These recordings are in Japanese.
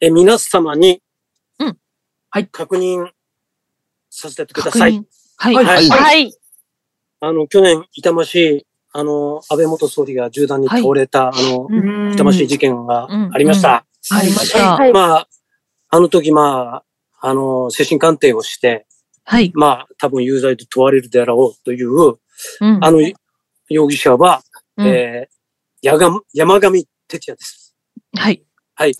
え、皆様に、うんはい確認させてくだ確さい。認。はい。ははいい。はい。はい。あの、去年、痛ましい、あの、安倍元総理が銃弾に倒れた、あの、うんうん痛ましい事件がうんありました。ありました。はい。まあ、あの時、まあ、あの、精神鑑定をして、はい。まあ、多分有罪で問われるであろうという、うんあの、容疑者は、うんえーやが山上哲也です。はい。はい。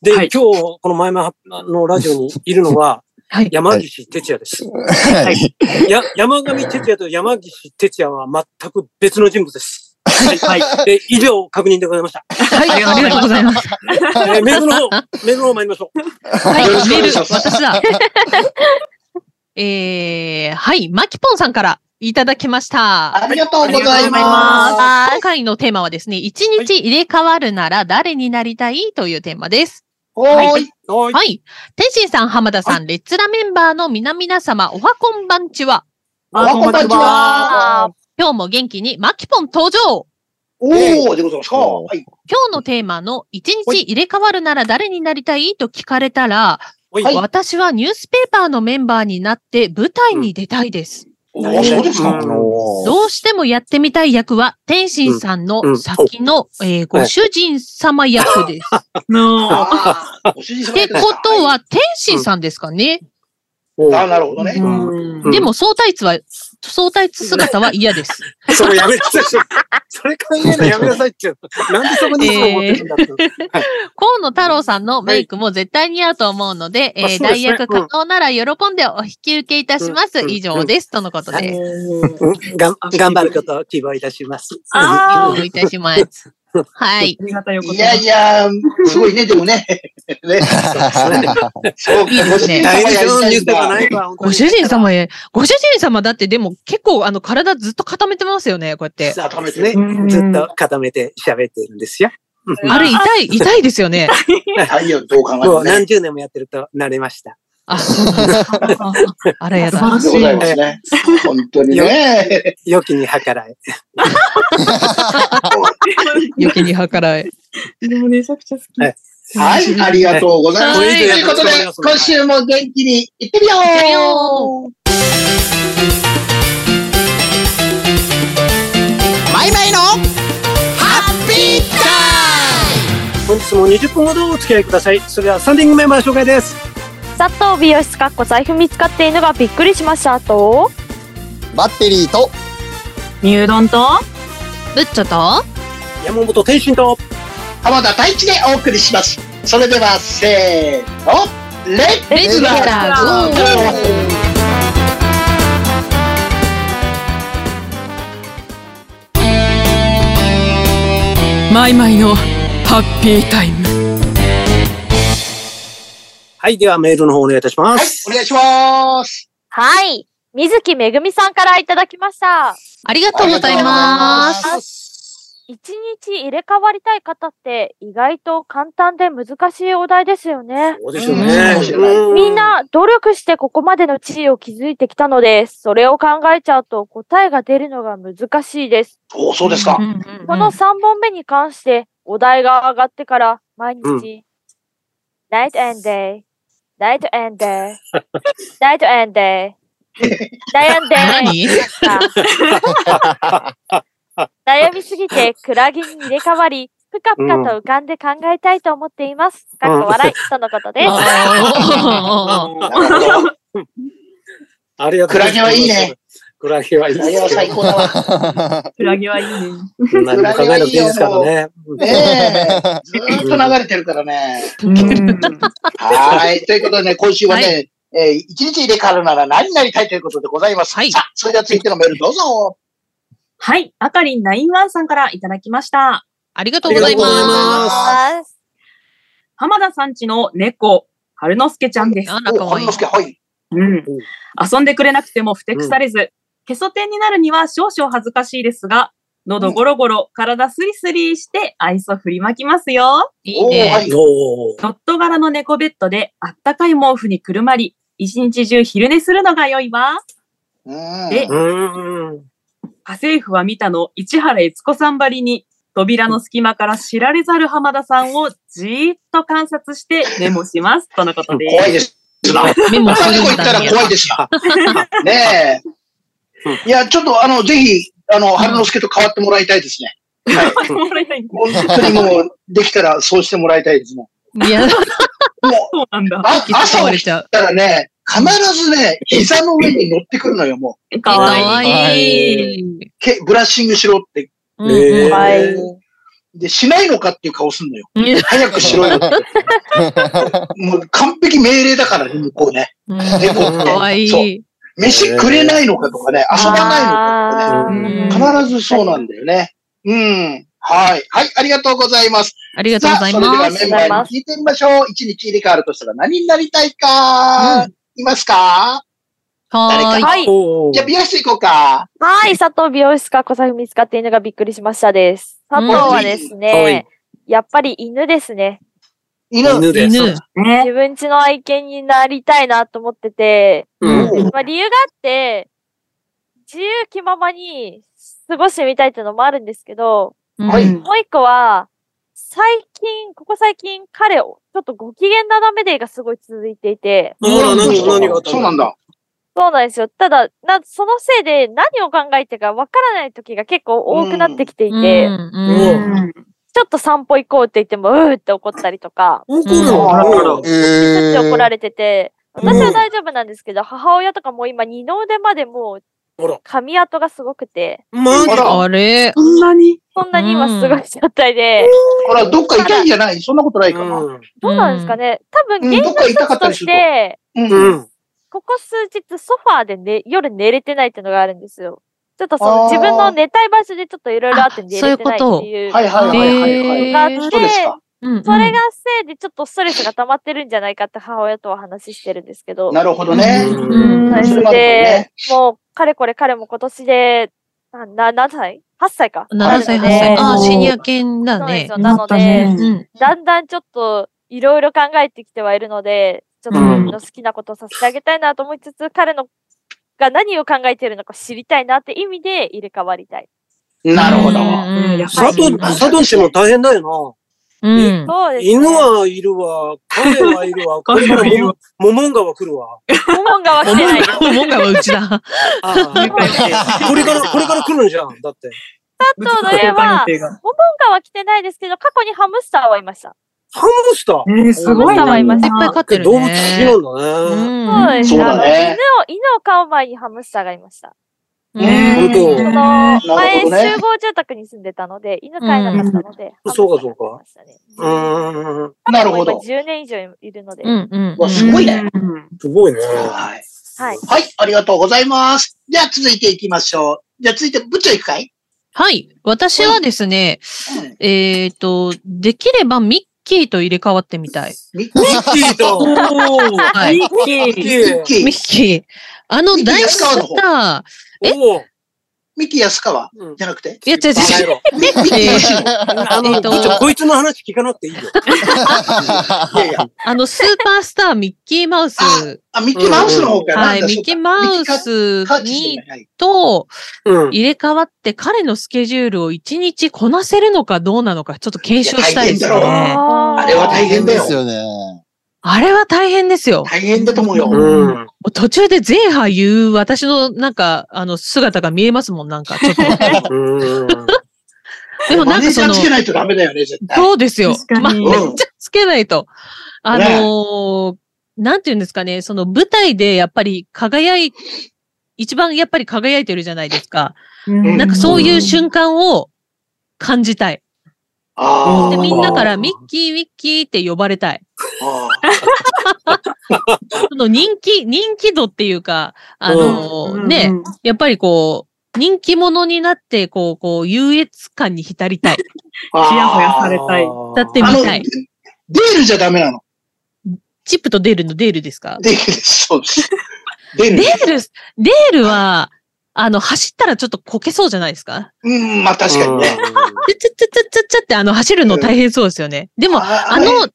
で、はい今日、この前々のラジオにいるのは、はい。山岸哲也です。はい。や、山上哲也と山岸哲也は全く別の人物です。はい。で、以上確認でございました。はい。ありがとうございます。えーメールの方、メールの方参りましょう。はい。よろしメーくお願ルいし、ます私だ。 えー、はい。マキポンさんからいただきました。ありがとうございまは今回のテーマはですね、一日入れ替わるなら誰になりたいというテーマです。す。はーい。ははい。天心さん、浜田さん、レッツラメンバーの皆々様、おはこんばんちは。おはこんばんちは。今日も元気にマキポン登場おー、でございますか。はい。今日のテーマの一日入れ替わるなら誰になりたいと聞かれたら、い。はい私はニュースペーパーのメンバーになって舞台に出たいです。おー、そうですか。うんおーどうしてもやってみたい役は、天心さんうんうのん先の、えーご主人様役です。の、あーご主人様って役こですかとは、天心さんですかね、おあーなるほどね。うんでも、相対ツは、相対ツ姿は嫌です。 それやめなさい。それ考えるのやめなさいっていう。なんでそこにいつも思ってるんだって。河野太郎さんのメイクも絶対似合うと思うので、まあえーそうです代ね役可能なら喜んでお引き受けいたします。うん以上です。とのことです。うんがん頑張ることを希望いたします。あお願いいたし ます。はい。ありがたいお言い葉やいや、すごいね、でもね。 ね そうか、ご主人様大やり丈夫たニューいスんとかだな。いわ、本当にご主人様へ、ご主人様だってでも結構あの体ずっと固めてますよね、こうやって。さあ、食べてねね。うん。ずっと固めて喋っているんですよ。あれ痛い、痛いですよ ね。太陽どう考えてももうね。何十年もやってると慣れました。あ、あらや素晴だら。でございますね。本当にね。良きに計らえ。余計に計らえ。でもめちゃくちゃ好き。はいはい、ありがとうございます。はいということで、今週も元気にいってみよいってみうよマイマイのハッピー本日も20分ほどお付き合いください。それではスタンディングメンバー紹介です。さっと美容室かっこ財布見つかって犬がびっくりしましたとバッテリーと、ニュードンと、ぶっちょと、山本天心と、浜田太一でお送りします。それでは、せーの、レッレジツェララゴゴーーマイマイのハッピータイムはい、ではメールの方お願いいたしまはい、す。お願いします。はい水木めぐみさんからいただきましたありがとうございます。一日入れ替わりたい方って意外と簡単で難しいお題ですよねそうですよね。うみん、な努力してここまでの地位を築いてきたのでそれを考えちゃうと答えが出るのが難しいですおお、そうですかう。んうんうんこの3本目に関してお題が上がってから毎うん日 Night and day Night and day Night and day Night and day 何さあ 悩みすぎてクラゲに入れ替わり、ぷかぷかと浮かんで考えたいと思っています。かっこ笑い、とのことです。あーなるほどありがとうござますクラゲはいいね。クラゲはいい太陽最高だ わ。クラゲはいいね。何も考えなくていいですからね。ねえ、ずーっと流れてるからね。はい。ということでね、今週はね、はえー一日入れ替わるなら何になりたいということでございます。はいさあ、それでは続いてのメールどうぞ。はい。あかりん9-1さんからいただきました。 ありがとうございます。ます。浜田さんちの猫、春之助ちゃんです。あら、かわお、ほいんいの。すけ、はい。うん。遊んでくれなくてもふてくされず、ゲソ天になるには少々恥ずかしいですが、喉ゴロゴロ、体スリスリして愛想振りまきますよ。いいね。はい。おードット柄の猫ベッドであったかい毛布にくるまり、一日中昼寝するのが良いわ。うんでうん。家政婦は見たの市原悦子さんばりに扉の隙間から知られざる浜田さんをじーっと観察してメモします。とのことです。怖いですな。メモす朝る猫行んっただねら。怖いですよ。ねえ。いや、ちょっとあの、ぜひ、あの、春之助と変わってもらいたいですね。もらえないんだ本当にもう、できたらそうしてもらいたいですもいや、ん。もう、そうなんだ。あ使朝わ起れきちゃう。たらね、必ずね、膝の上に乗ってくるのよ、もえかかわいい。わいい。う。けブラッシングしろって。うんえうーんはいで、しないのかっていう顔すんのよ。うん早くしろ よって。もう完璧命令だからね、向こうね。うん猫って。かわいそう。い。飯くれないのかとかね、遊ばないのかとかね。あーうん必ずそうなんだよね。うん。はい。はい、ありがとうございます。ありがとうございさあます。それではメンバーに聞いてみましょう。一日入れ替わるとしたら何になりたいか、いますかはーい。はい。おーじゃあ美容室行こうか。はい、佐藤美容室か小さく見つかって犬がびっくりしましたです。佐藤はですね、やっぱり犬ですね。犬。犬です。犬。ね。自分家の愛犬になりたいなと思ってて、うんおうまあ理由があって、自由気ままに過ごしてみたいっていうのもあるんですけど、はいうんもう一個は、最近、ここ最近彼を、ちょっとご機嫌斜めデーがすごい続いていて、あら、何が、何があったそうなんだ。だ。そうなんですよ。ただ、な、そのせいで何を考えてかわからない時が結構多くなってきていて、うんうんちょっと散歩行こうって言っても、うーって怒ったりとか、怒るのあらららあしょっちゅう怒られれてて、私は大丈夫なんですけど、母親とかもう今二の腕までもうあら、噛み跡がすごくて、ら。マジあらか。あれそんなにそんなに今すごい状態で、ほら、どっか行きゃいいんじゃないそんなことないかな。うん。うんどうなんですかね多分うん原因どっか痛かのっ一たつとりするしとて、うん。ここ数日ソファーで、ね、夜寝れてないっていうのがあるんですよ。ちょっとそあのー自分の寝たい場所でちょっといろいろあって寝れてないっていう。はいはいはいはいはい。があって、へーそうですか。うんそれがせいでちょっとストレスが溜まってるんじゃないかって母親とは話してるんですけど。なるほどね。うんうんそれまでで、もう、かれこれ彼も今年で、な、な、何歳 ?8 歳か。 7歳、8歳。ああ、シニア犬だそうなんでねす。よ。なので、うん。だんだんちょっと、いろいろ考えてきてはいるので、ちょっと自分の好きなことをさせてあげたいなと思いつつ、彼の、が何を考えているのか知りたいなって意味で入れ替わりたい。なるほうど。んうん佐藤、佐藤氏も大変だようん。そうな。です、ね。犬はいるわ、彼はいる わ、これからもモモンガは来るわ。顧問が分けてないです。モンガはうちだ。ああ これから、これから来るんじゃん。だって。佐藤の絵は、顧問がは来てないですけど、過去にハムスターはいました。ハムスターえー、すごいな。ハムスターはいまいしっぱい飼ってるね。動物好きなんだね。そうです。そうだねあの犬を、犬を飼う前にハムスターがいました。うん。ね本当そうんのほどね前、集合住宅に住んでたので、犬飼えなかったので、うんハムスターそうかそうか飼いましたね。うーん。なるほどもう。今10年以上いるので、うんうん。わすごいね。うんすごいね。はい。はい。はい、ありがとうございます。じゃあ続いていきましょう。じゃあ続いて部長行くかいはい。私はですね、えっと、できればミッキーと入れ替わってみたい。ミッミッキー と、ミはい。ミミッキー。ッッキー。キーッ。キー。あの、大好きだ。えおお。ミッキー安川うんじゃなくていや、違う違うバカ違野う。郎ミッキーえー安川。あの、えっと部長こいつの話聞かなくていいよ。いやいや。あの、スーパースターミッキーマウス。あ、ミッキーマウスの方かなはなんい。だミそッうかキーマウミッキスーカーチしてにるねはいとうん。入れ替わって彼のスケジュールを一日こなせるのかどうなのかちょっと検証したいですいや大変ね。あれは大変だよで。すよね。あれは大変ですよ。大変だと思うよ。 うん。もう途中で前派言う私のなんか、あの姿が見えますもん、なんかちょっ と。うん。でもなマんかネージそャーのつ、けないとダメだよね、絶対。そうですよ。確かにマネージャーつけないと。あのーなんていうんですかね、その舞台でやっぱり輝い、一番やっぱり輝いてるじゃないですか。うんなんかそういう瞬間を感じたい。あで、ーみんなからミッキー、ミッキーって呼ばれたい。あその人気、人気度っていうか、あのーね、うんやっぱりこう、人気者になって、こう、こう、優越感に浸りたい。ーちやほやされたい。だってみあの、たデい。ールじゃダメなの。チップとデールのデールですかデールです、そうです。デーデル。ール、デールは、あの、走ったらちょっとこけそうじゃないですかうん、まあ確かにね。ちゃちゃちゃちゃちゃちゃってあの走るの大変そうですよね。でも、ああの、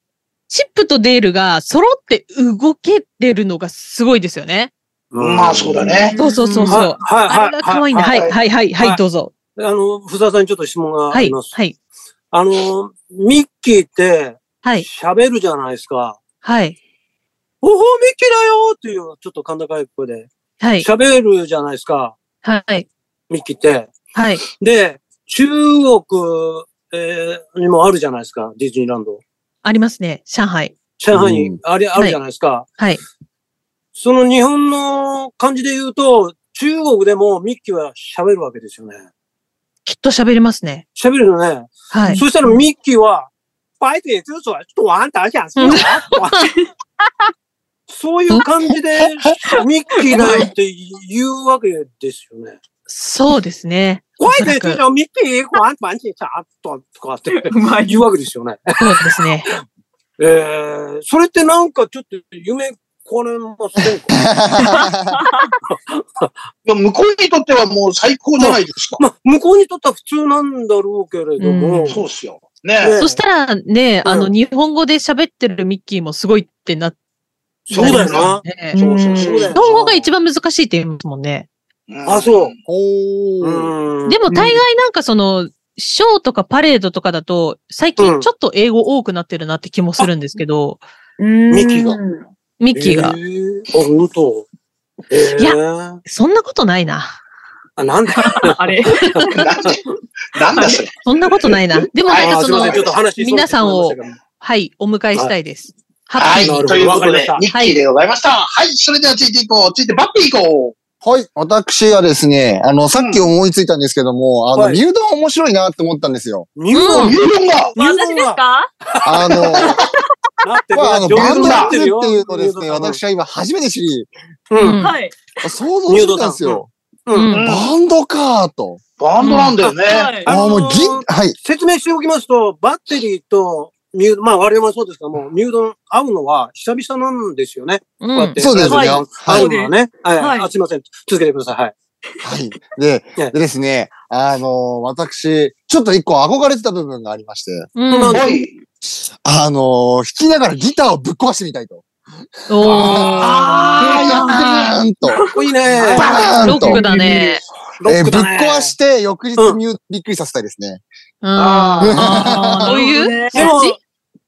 チップとデールが揃って動けてるのがすごいですよね。うんまあそうだ。ね。そうそうそうそう。はい、はい、あれが可愛いんだ。はい、はい、はい、はい、どうぞ。あの、ふささんにちょっと質問があはいりま、す。はい。あの、ミッキーってはい。喋るじゃないですか。はい。おほ、ミッキーだよっていう、ちょっと甲高い声で。はい。喋るじゃないですか、はい。ミッキーって。はい。で、中国、えーにもあるじゃないですか、ディズニーランド。ありますね。上海。上海うにあれ、あるじゃないですか。はい。その日本の感じで言うと、中国でもミッキーは喋るわけですよね。きっと喋りますね。喋るよね。はい。そしたらミッキーは、バイデン之所短短想说 短そういう感じで、ミッキーだよって言うわけですよね。そうですね。バイおデそンら之く所ミッキー短短短短とか って言うわけですよね。そうですね。えー、それってなんかちょっと夢、これもそうか。 いや向こうにとってはもう最高じゃないですか。まあ、向こうにとっては普通なんだろうけれども、うんそうっすよ。ねねそしたらね、あうの、ん日本語で喋ってるミッキーもすごいってなって、そうだよな。ねそ日うそうそうだよな。本語が一番難しいって言いますもんね。うんあ、そう。おー。うん。でも大概なんかその、ショーとかパレードとかだと、最うん近ちょっと英語多くなってるなって気もするんですけど、ミキが。ミッキーがえ。ーあ、本当。えー、いそんなことないな。あ、なんだ。あれなんでなんだそれ。そんなことないな。でもなんあーかそすいまのせんちょ、っと話皆さんをそれてしまいましたけどはい、お迎えしたいです。ハはッい。ピーなるほどというこわかりとまでした、ミッキーでございました。はい。それではついていこう。ついてバッピー行こはい。私はですね、あの、さっき思いついたんですけども、あはの、い牛丼面白いなって思ったんですよ。日う。本ユーロンが。私ですかあの、なってるまあ、あの、上バ手ンにドなやっっててるるよっていうのをですね、うん私は今初めて知り、うん。うんはい。想像してたんですよ。うんうんバンドかーと。バンドなんだよね。はいあのあーあー、もう、ぎん、はい。説明しておきますと、バッテリーと、ミューまあ、我々もそうですが、もう、ミュードン会うのは久々なんですよね。うこやっんてそうですよねはいはい会うのはね。はい。はいあすいません。続けてください。はい。はい。で、ええでですね、あのー私、ちょっと一個憧れてた部分がありまして、うんうんはい。あのー弾きながらギターをぶっ壊してみたいと。おー。バーンと、かっこいいね。バーロンとック、だね。ロッえーぶクっだね壊して、翌日うんミューびっくりさせたいですね。あーそういううでもそっち、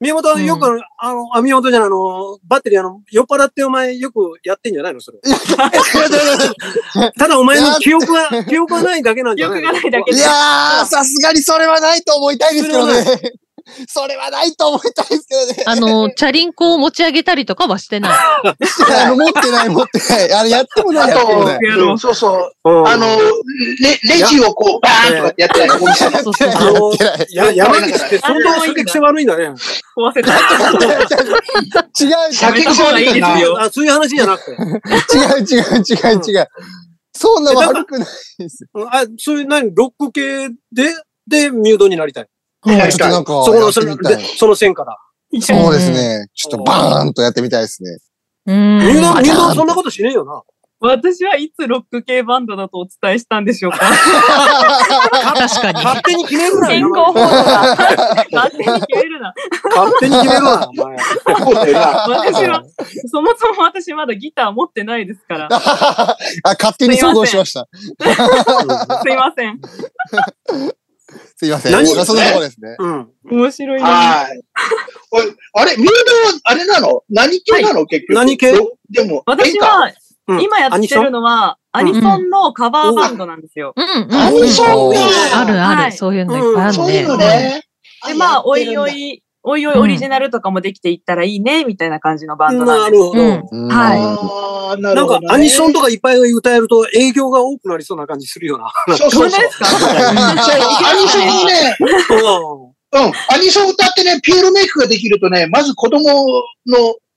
宮本はよく、うあの、あ、宮本じゃない、あの、バッテリー、あの、酔っ払ってお前よくやってんじゃないのそれ。ただお前の記憶が、記憶がないだけなんじゃない記憶がないだけいでやー、さすがにそれはないと思いたいですけどそれはね。それはないと思いたいですけどね。あの、チャリンコを持ち上げたりとかはしてない。あの持ってない、持ってない。あれ、やってもない、あやってもない。と、うんそうそう。うんあの、レ、レジをこう、バーンとかってやってない。お店のそうそうあそう。のやってない。 や、山口って相当酒癖悪いんだね。壊せた。違う、やめ酒た癖方が悪いいいですかな。よ。あ、そういう話じゃなくて。違う、違う、違う、違う。そんな悪くないです。うんあ、そういう、何、ロック系で、で、ミュードになりたい。ちょっとなんか、そこやの、っそてのみたでい。その線から。そうですね。ちょっとバーンとやってみたいです うね。んミュード、んミュードはそんなことしねえよな。私はいつロック系バンドだとお伝えしたんでしょうか確かに。勝手に決めるな健よ。康法とか。勝手に決めるな。勝手に決めるな、お前。そうだよな私は、そもそも私まだギター持ってないですから。あ、勝手に想像しました。すいません。すいません。何もうそんなとこですね。うん。面白いな。はい。おいあれ、ミュードはあれなの何系なの結局。何系どでも、私は、うん今やってるのは、アニソンのカバーバンドなんですよ。うんうんうん。アニソンかあるあはいる、そういうのいっぱいあ演歌るそういうのね。ね。で、まあ、おいやおってるんだ。い、おいおいオリジナルとかもできていったらいいね、みたいな感じのバンドななんでるほうどん。うんはいあーななるんほかどね。、アニソンとかいっぱい歌えると営業が多くなりそうな感じするよな。そうす。そ本う当そう。ですかそう、アニソンをね、ううん、アニソン歌ってね、ピエロメイクができるとね、まず子供の、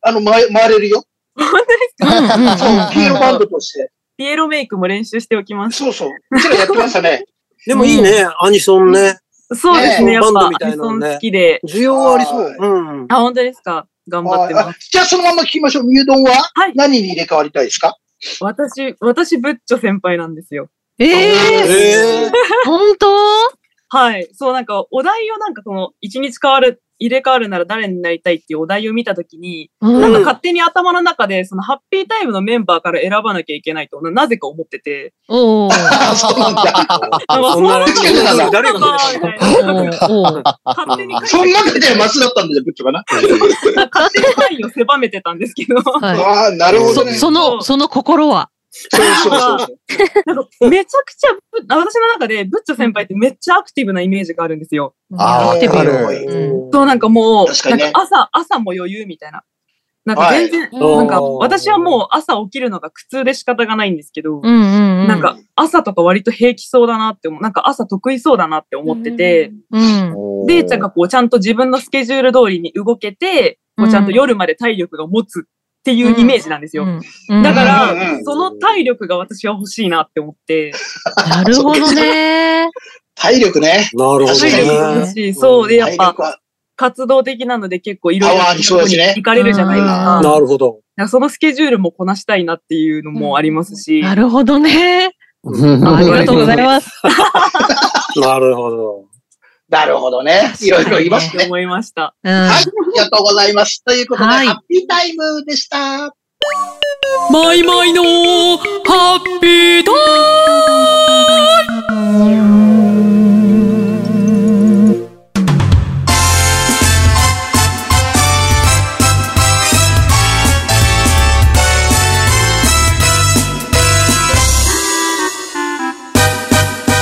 あの、回回れるよ。そう、ピエロバンドとして。ピエロメイクも練習しておきます。そうそう。うちらやってましたね。ん。でもいいね、アニソンね。そうですねね、やっバンドぱみ、たアいニなソのンね好きで。需要ありそう。うん。あ、本当ですか頑張っはていまあす。 じゃあ、そのまま聞きましょう。ミュードンははい何に入れ替わりたいですか私、私、ブッチョ先輩なんですよ。ええ、ええ本当はい。そう、なんか、お題をなんかこの、一日変わる、入れ替わるなら誰になりたいっていうお題を見たときに、うんなうんんか勝手に頭の中で、そのハッピータイムのメンバーから選ばなきゃいけないと、ななぜか思ってて、おーおーあ、 そうなんだ。なんかそんなのそんな誰の誰がが決みめたいな。おー勝手にその中で松だったんだよ、ブッチョかな。勝手に範囲を狭めてたんですけど、はああ、なるほい。どそね。その、その心は。そうそうそう。なんかめちゃくちゃぶ、私の中でブッチョ先輩ってめっちゃアクティブなイメージがあるんですよ。あアークティブわかよるうそう、なんかもう、確かにねなんか朝、朝も余裕みたいな。なんか全然、いなんかおー私はもう朝起きるのが苦痛で仕方がないんですけうど、んうんうん。なんか朝とか割と平気そうだなって思う、なんか朝得意そうだなって思ってて、うん。で、ちゃんがこうちゃんと自分のスケジュール通りに動けて、こうちゃんと夜まで体力が持つっていうイメージなんですよ。うん。だかうんうんうら、んその体力が私は欲しいなって思って、なるほどね。体力ね。なるほど体力が欲ね。しい。そう。で、やっ体ぱ力、は活動的なので結構いろいパろワーありそうだしね行かれるじゃないですうか。なるほど。なんかそのスケジュールもこなしたいなっていうのもありますし。なるほどね。ありがとうございます。なるほど。なるほどね。いろいろ言いますってね。思いました。うはい、あん。りがとうございます。ということで、はいハッピータイムでした。マイマイのハッピータ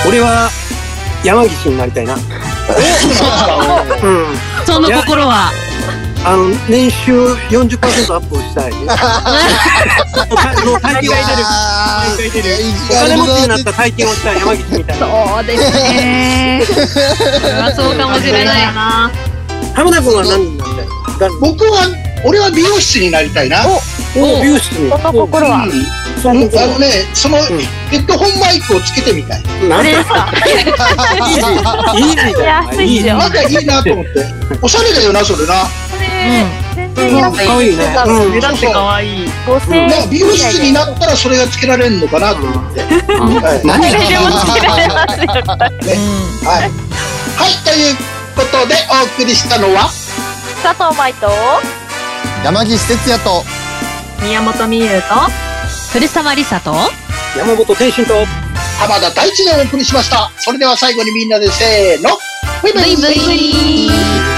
俺は山岸になりたいな。うん。その心は。あの、年収40%アップしたい。お金の体験をしたい。あーお金持ちになった体験をしたい山岸みたいな。そうですね。それはそうかもしれない。な。浜田君は何になりたい誰僕は、俺は美容師になりたいな。お美容室に。その心は。そうんのあの心ね、その、ヘッドホンマイクをつけてみたい。 なんでいいいやじゃん。安いっすよまだいいなと思って。おしゃれだよな、それな。それ、全然安かわいいね。値段って可愛い。 5000円。まあ、美容室になったらそれがつけられるのかなと思って。はい何誰でもつけられますよ。はい。はい、ということでお送りしたのは、佐藤舞と、山岸哲也と宮本美優と、古沢りさと、山本天心と。浜田大地でお送りしました。それでは最後にみんなでせーの。ブイブイブイブイ